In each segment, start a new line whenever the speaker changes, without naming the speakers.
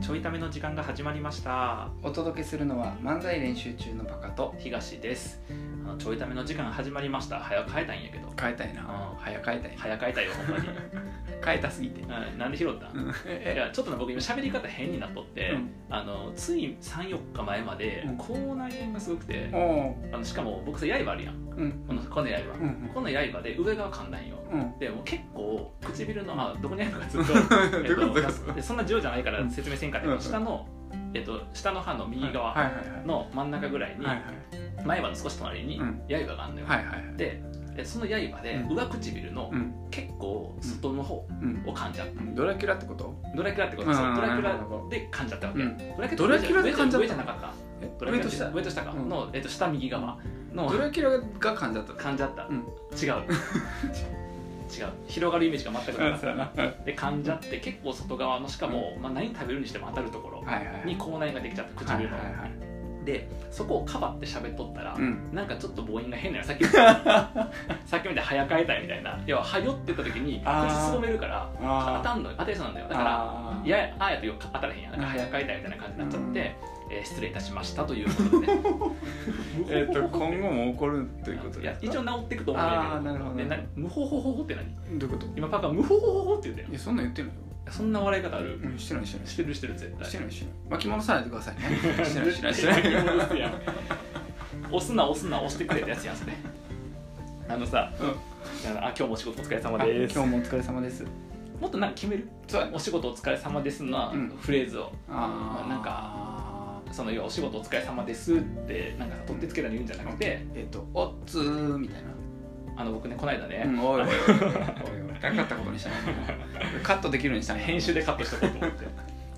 ちょいための時間が始まりました
お届けするのは漫才練習中のバカと
東ですあのちょいための時間始まりました早く変えたいんやけど
変えたいな
うん
早変えたいな
早く変えたいよほんまに、
変えたすぎて
うん、なんで拾ったん
う
い
ん
やちょっとね僕今喋り方変になっとって、
うん
あのつい34日前まで
うん
口内炎がすごくて、
おお
あのしかも僕さ刃あるやん
ーうん
このこの刃、
うんうん
この刃で上側噛んだんよ
うん
でもう結構唇のあどこにあるのかずっと
どういうことどういうこと
でそんな重要じゃないから説明せんかったけ
う
ど
ん
下の、えっと、下の歯の右
はい
側
はいはい
の真ん中ぐらいに、
はい
前歯の少し隣に
うん
刃があるのよ、
はいはいはいはい
でえその刃で
うん
上唇の
うん
結構外の方
うん
を噛んじゃっ
うんドラキュラってこと
たドラキュラってことです
うん
ドラキュ
なるほ
ラで噛んじゃったわけ、
うん
ドラキ
ドラキュラで
上じ
噛んじゃった
上じゃなかった
え
ドラキュラ
上と下
上と下か、
うん
の、えっと、下右側の
ドラキュラが噛んじゃった
噛んじゃった、
うん
違う違う広がるイメージが全くなかった
な
で患者って結構外側のしかも、まあ、何食べるにしても当たるところ
はいはい
に口内炎ができちゃって
はい
唇の、
はいはい
でそこをかばって喋っとったら、
うん
なんかちょっと母音が変なのさっきみたい なさっきみたいに早変えたいみたいな要は「はよ」って言った時に
あー
口すぼめるから当
あ
たんのよ当たりそうなんだよ
ー
だから
あ
「
ー
いやあ」やとよ当たらへんやんだから
うん
早変えたいみたいな感じになっちゃって、えー失礼いたしましたということでね
えっと今後も起こるということ
い
で
や
すか
一応治っていくと思うん
あ
だ
ーなるほど
けどでな無法ほほほって何
どういうこと
今パパ無法ほほほって言ったよ
いやそんなん言ってないよ
そんな笑い方ある
うんしてないしてない
してるしてる絶対
してないしてない巻き戻さないでくださいね してないしてないして
絶対
ない
戻すやん 押すな押すな押してくれたやつやんそれあのさ、
うん
あ今日もお仕事お疲れ様
あ今
で
日
す
もお疲れ様です
もっとなんか決める
そうやね
お仕事お疲れ様ですの
うん
フレーズを、
あー
なん
か
その要はお仕事お疲れ様ですってなんかさ取ってつけたら言うんじゃなくて、
えっ、と「おっつー」みたいな
あの僕ねこの間
「
ね、
うん、 おいおいおいおいおいなかったことにしたいカットできるようにしたい
編集でカットしとこうと思って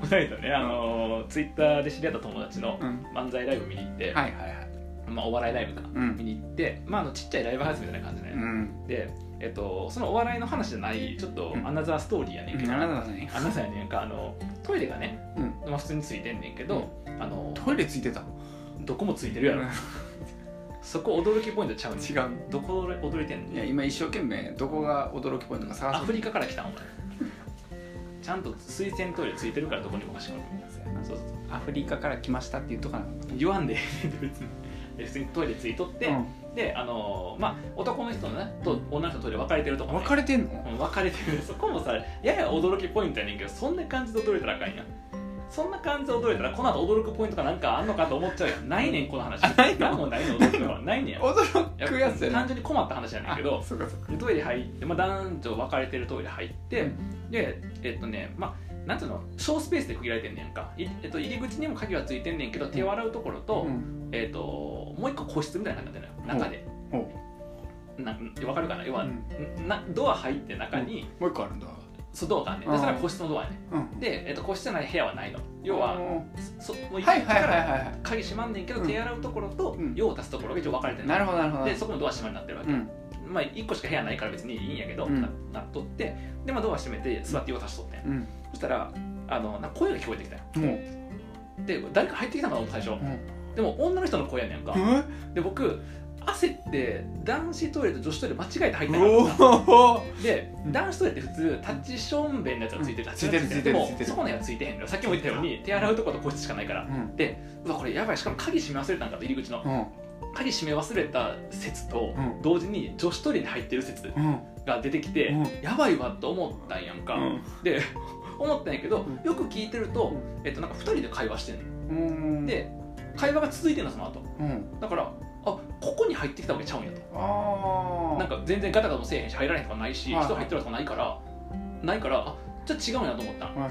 この間ねあのツイッターで知り合った友達の
うん
漫才ライブ見に行って、
はいはいはい
まあ、お笑いライブかな、
うん
見に行って、まあ、あのちっちゃいライブハウスみたいな感じね、
うん
で、えっと、そのお笑いの話じゃないちょっと
うん
アナザーストーリーやねんけど、
ならだね
アナザーやねんかあのトイレがね、
うん
まあ、普通についてんねんけど、あの
トイレついてた
どこもついてるやろ、そこ驚きポイントちゃうねん
違う
どこ驚いてんの
いや今一生懸命どこが驚きポイントか探
ア
す
フリカから来たんお 前ちゃんと水洗トイレついてるからどこにもかしこもそうそう
アフリカから来ましたっていうとかなの
そう言わんでええねん別にで普通にトイレついとって、
うん
であのまあ男の人のねと女の人のトイレ分かれてるとこ、ね、
別れてんの
うん分かれてるそこもさやや驚きポイントやねんけどそんな感じで驚いたらあかんやんそんな感じで驚いたらこの後驚くポイントかなんかあんのかと思っちゃうやんないねんこの話
ないの
なんもないの驚くのはないねんや
驚くやつや
単
ね
純に困った話やねんけど
あそうかそうか
でトイレ入って、まあ、男女分かれてるトイレ入って、でえっとねまあなんていうの小スペースで区切られてんねんか、いえっと、入り口にも鍵はついてんねんけど手を洗うところと,、
うん
えっともう一個個室みたいなのになってんのよ中で
ほ
な分かるかな要は、
うん
なドア入って中に、
もう一個あるんだ
そうドアがあんねん
う
で
ん
それは個室のドアやね
うん
で、えっと、個室じゃない部屋はないの要は
うん
そもう一
は
回
いはいはいは
鍵閉まんねんけど、
うん
手洗うところと
うん
用を足すところが一応分かれて
い
る
なるほどなるほど
でそこのドア閉まりになってるわけ、
うん
まあ1個しか部屋ないから別にいいんやけど、
うん
ななっとってで、まあ、ドア閉めて座って用を足しとってん
うん
そしたらあのなんか声が聞こえてきたよ
もう
で誰か入ってきたのかな最初
うん
でも女の人の声やねんか
え
で僕焦って男子トイレと女子トイレ間違えて入ったから
おお
で
うん
男子トイレって普通タッチションベンのやつがついてる
うん
や
ついてるついてる
でも
ついてる
そこのやつついてへんのよさっきも言ったように手洗うとこと個室しかないから
うん
うわこれやばいしかも鍵閉め忘れたんかと入り口の
うん
鍵閉め忘れた説と
うん
同時に女子トイレに入ってる説
うん
が出てきて
うん
やばいわと思ったんやんかで 思ったんやけど
うん
よく聞いてると
う
えっとなんか2人で会話してんの
うん
で会話が続いてんのその後
うん
だからあここに入ってきたわけちゃうんやと
ああ
なんか全然ガタガタもせえへんし入られへんとかないし
はい
人入ってるとかないからないからあじゃあ違うんやと思ったん
はい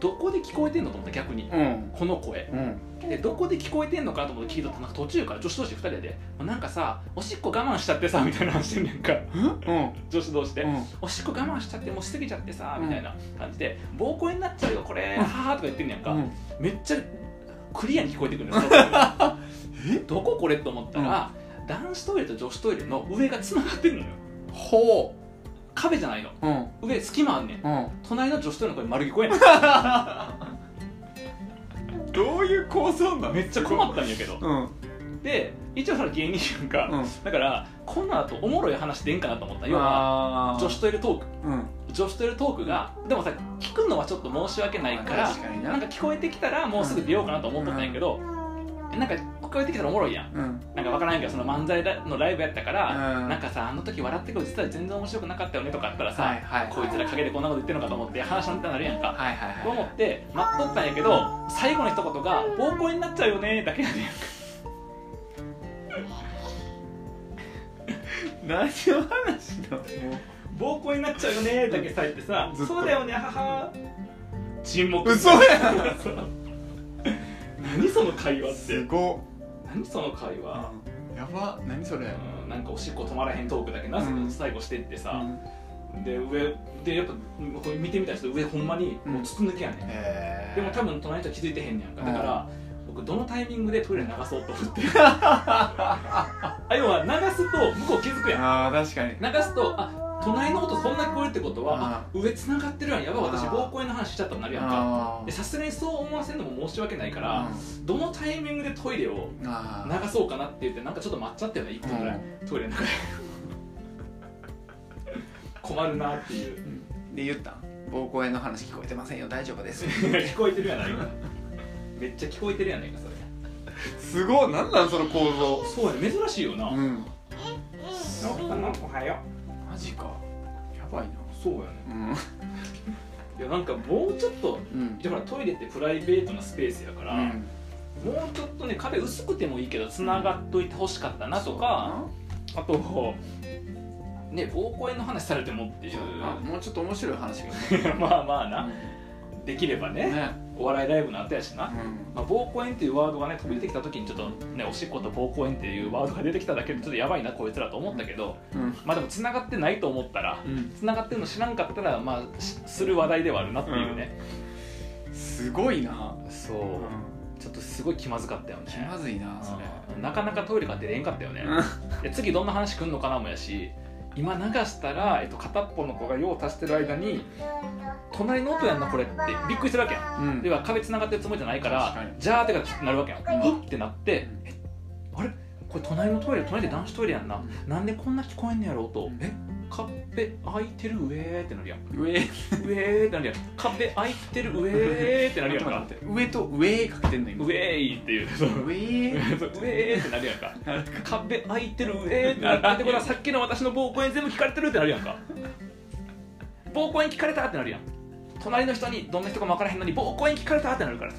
どこで聞こえてんのと思った逆に
うん
この声
うん
でどこで聞こえてんのかと思って聞いたらなんか途中から女子同士で2人で「もうなんかさおしっこ我慢しちゃってさ」みたいな話してんねんか
うん
女子同士で
う。ん
おしっこ我慢しちゃってもうしすぎちゃってさ
うん
みたいな感じで「暴行になっちゃうよこれはは」とか言ってんねんか、
うん
めっちゃクリアに聞こえてくるのよその声がどここれと思ったら、男子トイレと女子トイレの上がつながってるのよ
ほ
壁じゃないの
ううん
上隙間あんねん
う
隣の女子トイレの声丸聞こえん
んどういう構想なの
めっちゃ困ったんやけど
うん
で一応その芸人やんか、
うん
だからこの後おもろい話出んかなと思った要は
あー
女子トイレトーク
うん
女子トイレトークがでもさ聞くのはちょっと申し訳ないから
確かに
なん
な
か聞こえてきたらもうすぐ出ようかなと思っとったんやけど、なんか聞こえてきたらおもろいやん
うん
なんか分からんけどその漫才のライブやったから、
うん
なんかさあの時笑ってくる実は全然面白くなかったよねとかあったらさ、
はいはい
こいつら陰でこんなこと言ってるのかと思って話のネタになるやんか
はいはい
と
は
思って待っとったんやけど最後の一言が「暴行になっちゃうよね」だけや ねん
い何の話だも
暴行になっちゃうよねだけさ言ってさ
ずっと
そうだよね母沈黙
嘘や ん
そう何その会話って
ごっ
何その会話、
やば何それ
うんなんかおしっこ止まらへんトークだけなぜ
うん
最後してって
う
さ、
ん
で上でやっぱこれ見てみた人上ほんまにもう筒抜けやねん、
へー
でも多分隣の人気づいてへんねやんかだから、僕どのタイミングでトイレ流そうと思って あ要は流すと向こう気づくやん
あー確かに
流すとあ隣の音そんな聞こえるってことはあ上繋がってるやんやばい私
あー
暴行の話しちゃったになるやんか
あ
でさすがにそう思わせるのも申し訳ないか
ー
ら、どのタイミングでトイレを
うんあー
流そうかなって言ってなんかちょっと待っちゃったよね1分ぐらい、トイレの中で困るなっていう
で言った膀胱炎の話聞こえてませんよ大丈夫です
聞こえてるやないかめっちゃ聞こえてるやないかそれ
すごいなんなんその構造
そうやね珍しいよな、
うん
なんかおはよ
マジかやばいな
うそうやね
うん
いやなんかもうちょっと
うん
だからトイレってプライベートなスペースやから、
うん
もうちょっとね壁薄くてもいいけど繋がっといてほしかったなとか、あとね膀胱炎の話されてもっていう
そうだなもうちょっと面白 い話が
まあまあ
う
なんできればね
ね
お笑いライブの後やしな、
うん
まあ、膀胱炎っていうワードがね飛び出てきた時にちょっとねおしっこと膀胱炎っていうワードが出てきただけでちょっとやばいなこいつらと思ったけど
うん
まあでも繋がってないと思ったら
うん
繋がってるの知らんかったらまあしする話題ではあるなっていうね、
すごいな
そう
うん
ちょっとすごい気まずかったよね
気まずいなそれ
うんなかなかトイレから出れんかったよね、
う
で次どんな話くんのかなもやし今流したら、えっと、片っぽの子が用を足してる間に隣の音やんなこれってびっくりするわけや
んうん
では壁つながってるつもりじゃないか
確
ら
かに
じゃあってかキュッてなるわけやん
ん
ふってなってえあれこれ隣のトイレ隣で男子トイレやんななんでこんな聞こえんのやろうと
うん
えカッペ開いてる上ーってなるやん
上
上ーってなるやんカッペ開いてる上ーってなるやんか
上と上かけてんの今
ウェイっていうそう
上
そうウェーってなるやんか
な
壁開いてるウェーってなるってことはさっきの私の膀胱炎全部聞かれてるってなるやんか膀胱炎聞かれたってなるやん隣の人にどんな人かも分からへんのに膀胱炎聞かれたってなるからさ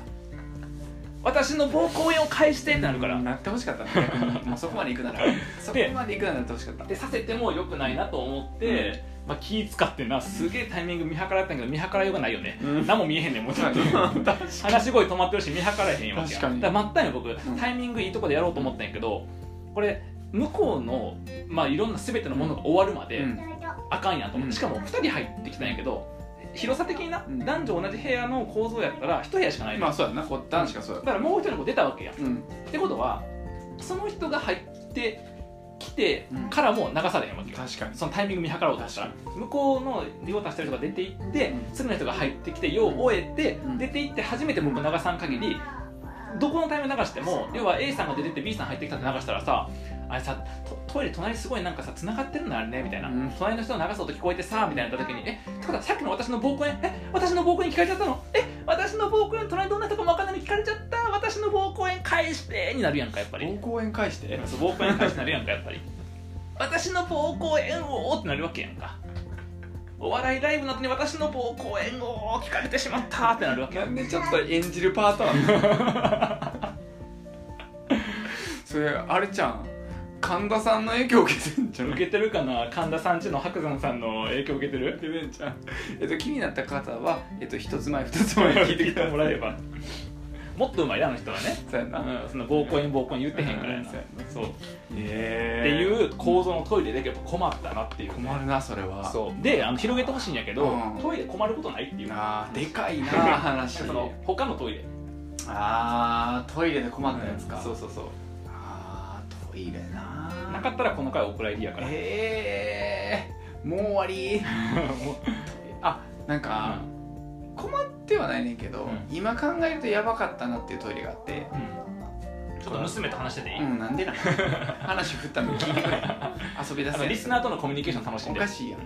私の膀胱炎を返してってなるから
なってほしかった ねもうそこまで行くならそこまで行くならなってほしかった
でさせても良くないなと思って、まあ、気使ってなすげえタイミング見計らったんやけど見計らいようがないよね、
うん
何も見えへんねんもうちょっと
確か
話し声止まってるし見計らえへんわけや
確かに
だから待ったんよ僕タイミングいいとこでやろうと思ったんやけどこれ向こうの、まあ、いろんな全てのものが終わるまで、
うん
あかんやと思っ
うん
てしかも2人入ってきたんやけど広さ的にな、
うん
男女同じ部屋の構造やったら1部屋しかないの
ま
よ
あそうやなこっ男しかそうや
だからもう1人の子出たわけや
うん
ってことはその人が入ってきて
うん
からも流されへんわけよ
確かに
そのタイミング見計ろうとしたら向こうの用足してる人が出て行って、
う
次の人が入ってきて用を終えて、
うん
出て行って初めて僕流さん限りどこのタイミングで流しても要は A さんが出てって B さん入ってきたって流したらさあれさトトイレ隣すごいなんかさ繋がってるのあれねみたいな、
うん
隣の人の流す音聞こえてさみたいなった時にえってことはさっきの私の暴行炎え私の暴行炎聞かれちゃったのえ私の暴行炎隣どんな人かもわかんないのに聞かれちゃった私の暴行炎返してになるやんかやっぱり
膀胱炎返して
そう膀胱炎に対してなるやんかやっぱり 私の膀胱炎をってなるわけやんかお笑いライブの後に私の膀胱炎を聞かれてしまったってなるわけや
なんんでちょっと演じるパートなの それあれちゃん神田さんの影響受けてんじゃん
受けてるかな神田さんちの白山さんの影響受けてる
てるんちゃんえっと気になった方はえっと一つ前二つ前に聞いてください
もらえばもっとうまいなあの人はね、
そうやな、
うん、その膀胱炎膀胱炎言ってへんからやな
うん
そうっ
え
ていう構造のトイレでやっぱ困ったなっていう
困るなそれは
そうであの広げてほしいんやけど、
うん
トイレ困ることないっていう
あーでか いな話
その他のトイレ
あートイレで困ったやつか、
そうそうそう
あートイレな
なかったらこの回お蔵入りやから
えー、もう終 わりあなんか、困ってはないねんけど、
うん
今考えるとやばかったなっていうトイレがあって
うちょっと娘と話してていい、
うんなん でなん話振ったのに聞いてくれ遊び出
あ
す
の
や
リ
つ
スナーとのコミュニケーション楽しん
お
で
かしいやん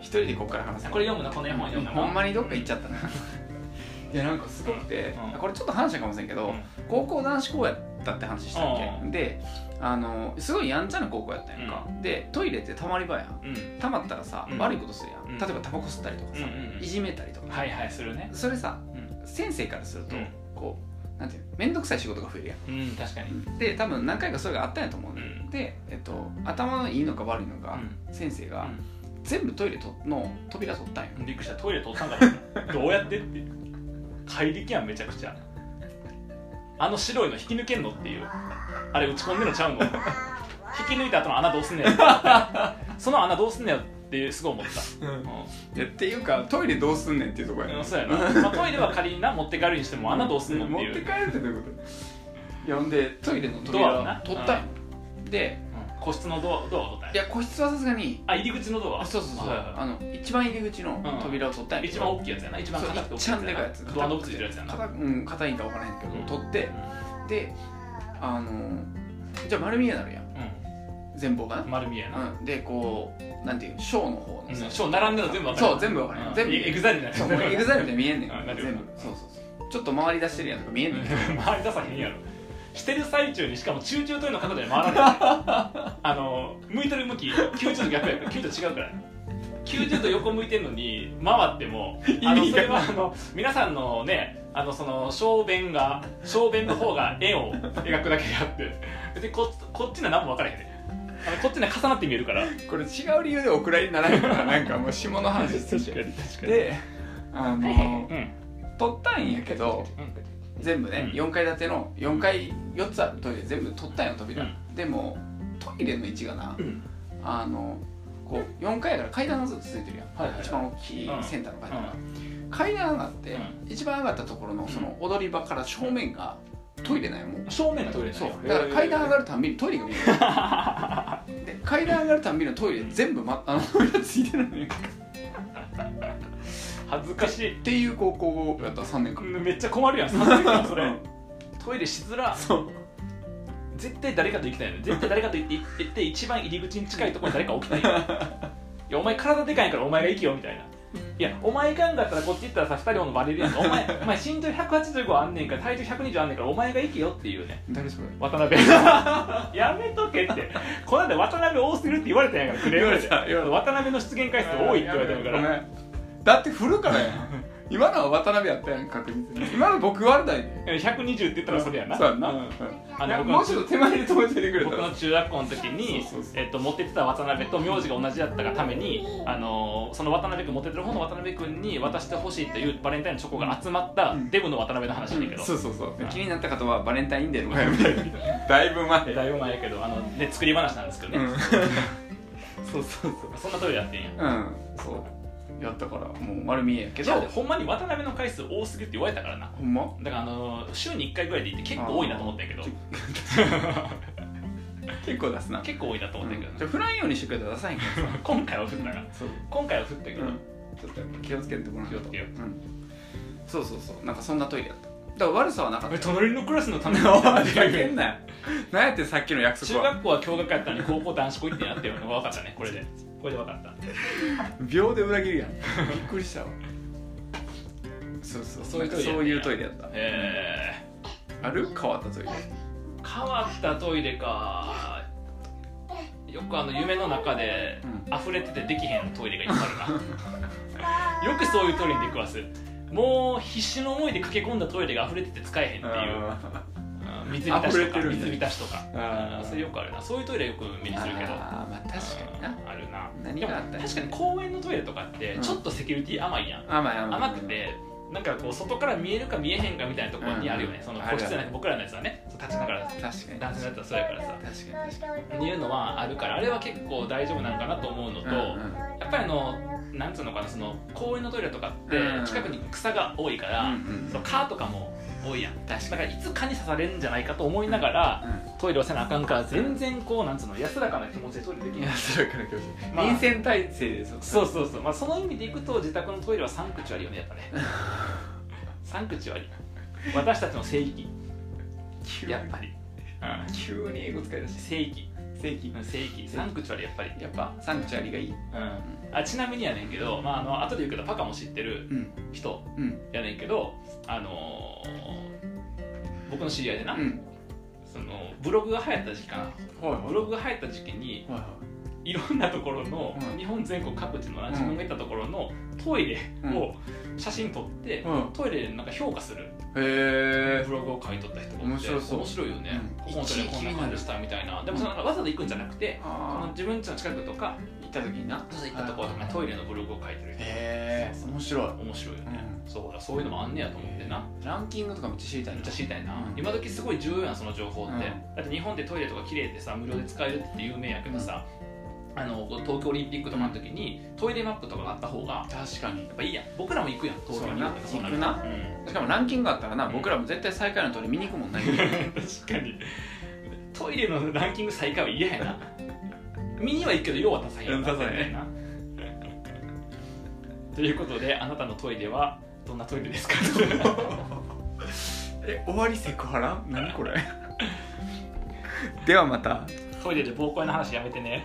一人でこっから話す
これ読むなこの絵本読むな
ほんまにどっか行っちゃっ たないやなんかすごくて、
うん
これちょっと話したかもしれんけど、高校男子校やったって話したっけ、
うん
であのすごいやんちゃな高校やったやんか、でトイレってたまり場やん
うん、うん
たまったらさ、
うん
悪いことするやん、
うん
例えばタバコ吸ったりとかさ、
うんうんうん
いじめたりとか、
はいはいするね
それさ
うん、
先生からすると、
うん
こうなんていうの面倒くさい仕事が増えるやん
うん、確かに
で多分何回かそれがあったんやと思うね、
うん
で、えっと、頭のいいのか悪いのか、
う
先生が全部トイレとの扉取ったんよ
びっくりしたトイレ通ったんかと思ったどうやってって怪力やんめちゃくちゃあの白いの引き抜けんのっていうあれ打ち込んでんのちゃうんの引き抜いた後の穴どうすんねやその穴どうすんねやってすごい思った、
いやっていうかトイレどうすんねんっていうとこ
うん
や
うん、
な
そうやな、まあ、トイレは仮にな持って帰るにしても穴どうすんのって
持
い
っ
う
て帰るってどういうこといやほんでトイレの
ドアを
扉
な
取ったんよ、で
うん個室のドアドアを取ったん
い
や
や個室はさすがに
あ入り口のドア
あそうそうそう、
はいはいはい
あの一番入り口の扉を取ったんやけ
一
ど、
番大きいやつやな一番硬くて大
そういっ
きい
ちゃんでかいや
やつ
つ
やなドアノブついてるやつやな
硬くうん硬いんか分からへんけど、
うん
取ってであのじゃあ丸見えになるやん
う
前方が
ん丸見えやな、
な、うん、でこうなんていうショーの方
うん
のさ、
ショー並んでるの全部わかる
そう全部分かる、
うん
全部
エグザイルじゃない
そうもうエグザイルみたいに見えんねん
あなるほど
全部そうそうそうちょっと回り出してるやんとか見えんねんけど
回り出さへんやろしてる最中にしかも中中トイレの角度で回らない あの向いてる向き90度逆やから90度違うから90度横向いてんのに回ってもあの
意味
そ
が
れはあの皆さんのねあのその小便が小便の方が円を描くだけであって別にここっちのは何も分からへんねあのこっちのは重なって見えるから
これ違う理由でお蔵入りにならへんからなんかもう下の話してきて
に確か
であの
うん
取ったんやけど全部ね、
うん
4階建ての4階4つあるトイレ全部取ったんよ扉、
う
でもトイレの位置がな
うん
あのこう4階やから階段がずっと続いてるやん、
はいはいはい
一番大きい
うん
センターの階段が、階段上がって、
う
一番上がったところのその踊り場から正面がトイレなんよもう
正面がトイレ
そうだから階段上が
る
るたんびにトイレが見えるで階段上がるたんびのトイレ全部、ま、 あの扉ついてるのよっ
恥ずかしい
ていう高校やった3年間
めっちゃ困るやん3年間そ
う
れ
ん
トイレしづら
そう
絶対誰かと行きたいの絶対誰かと行って行って一番入り口に近いところに誰か置きたいよいやお前体でかいからお前が行きよみたいないやお前いかんかったらこっち行ったらさ2人おんのバレるやんお前お前身長185あんねんから体重120あんねんからお前が行きよっていうね
誰それ
渡辺 やめとけってこの間渡辺多すぎるって言われたんやからクレームで
言われた言われ
渡辺の出現回数多いって言われたんやか
ごめ
ら
んだって振るからやん今のは渡辺やったやん確実に今の僕悪だよね
120って言ったらそれやな
そうやんな、うん
あ
い
の
や
僕
も
の
うちょっと手前で止めててくれた
僕
ら
の中学校の時に
そうそうそう
えっと持ってってた渡辺と名字が同じだったがために、あのーその渡辺君持ってってる方の渡辺君に渡してほしいというバレンタインのチョコが集まった
うん
デブの渡辺の話だけど、
そうそうそう
うん
気になった方はバレンタインデーの前みたいなだいぶ前
だいぶ前やけどあの、ね、作り話なんですけどね、
そうそうそう
そんなトイレやってんや
うんそうやったからもう丸見えや
け
け
ど
ど
ほんまに渡辺の回数多すぎるって言われたからな
ほんま
だから、あのー週に1回ぐらいで行って結構多いなと思ったんやけど
あ結構出すな
結構多いなと思ったんやけ
じ
ど
ゃ
な、
あ振らんようにしてくれたら出さへんからさ
今回は降った が
そう、
今回は降ったけど、
うん、ちょっとやっぱ気をつけてもらう
気をつけよう
そうそうそうなんかそんなトイレだっただから悪さはなかっ
え
た
隣のクラスのため に
けんなよ何やってんさっきの約
中
束は
学校は共学やったのに高校男子校行ってなっていうのが分かった ねこれでこれで分かった
秒で裏切るやんびっくりしたわそうそう
そういうトイレやったんや
そういうトイレやった
え
ある変わったトイレ
ー、変わったトイレかよくあの夢の中で溢れててできへんトイレがいっぱいあ るなよくそういうトイレに出くわすもう必死の思いで駆け込んだトイレが溢れてて使えへんっていう
あ
うん水浸しと
溢れて
か
るみたい
水浸しとか
あー
うんそれよくあるなそういうトイレよく目にするけど
あーまあ確かにな
うんあるな
何があったんや
でも確かに公園のトイレとかって
うん
ちょっとセキュリティ甘いやん
甘い甘い
甘くてなんかこう外から見えるか見えへんかみたいなところにあるよね、
うん
その
あ
個
るある
室じゃなくて僕らのやつはねそう立ちながら
確かに
男性のやつはそうやからさ
確かに確か
っていうのはあるからあれは結構大丈夫なんかなと思うのと、
にうんうん
やっぱりあのなんつうのかなその公園のトイレとかって
うん
近くに草が多いから、
うんうん
その蚊とかも多いやんだ
確
か
から
いつ蚊に刺されるんじゃないかと思いながら、
に
トイレをせなあかんから全然こうなんつうの安らかな気持ちでトイレでき
い
ない
やそれから教師
まあ
臨戦態勢でそ
そううそうそう、まあ、その意味でいくと自宅のトイレはサンクチ ュアリよねやっぱねサンクチュアリ私たちの聖域急
やっぱり
うん
急に英語使いだし
正義
正規
うん正義サンクチュアリやっぱり
やっぱサンクチュアリがいい
うんあちなみにやねんけど、まあ、あの後で言うけどパカも知ってる
うん
人
うん
やねんけど、あのー僕の知り合いでな、
うん
そのブログが流行った時期か
はい
なブログが流行った時期に
はいはい
ろんなところの、
うん
日本全国各地のな自分が行ったところのトイレを写真撮って、
うん
トイレでなんか評価する
いへえ
ブログを書いとった人がおって
面白そう
面白いよね、
うん
ここのトイレこんな感じでしたみたいなでもそのなんかわざわざ行くんじゃなくて、その
あ
自分家の近くとか
あ行った時にな
わざわざ行ったところとかにトイレのブログを書いてる人
へえ面白い
面白いよね、
う
そうだそういうのもあんねやと思ってな
ランキングとかめっちゃ知りたい
め
な
っちゃ知りたいな、
うん
今時すごい重要やんその情報って、
うん
だって日本でトイレとか綺麗でさ無料で使えるって有名やけどさ、あの東京オリンピックとかの時にトイレマップとかがあった方が
確かに
やっぱいいやん僕らも行くやん東京に
そうやな
ると
行くしかもランキングあったらな僕らも絶対最下位の通り見に行くもんない
うん、 確かにトイレのランキング最下位は嫌やな見には行くけど用は足さへんやん
うん足さへん
な ということであなたのトイレはどんなトイレ ですか
え終わりセクハラ何これ ではまた
トイレで膀胱炎の話やめてね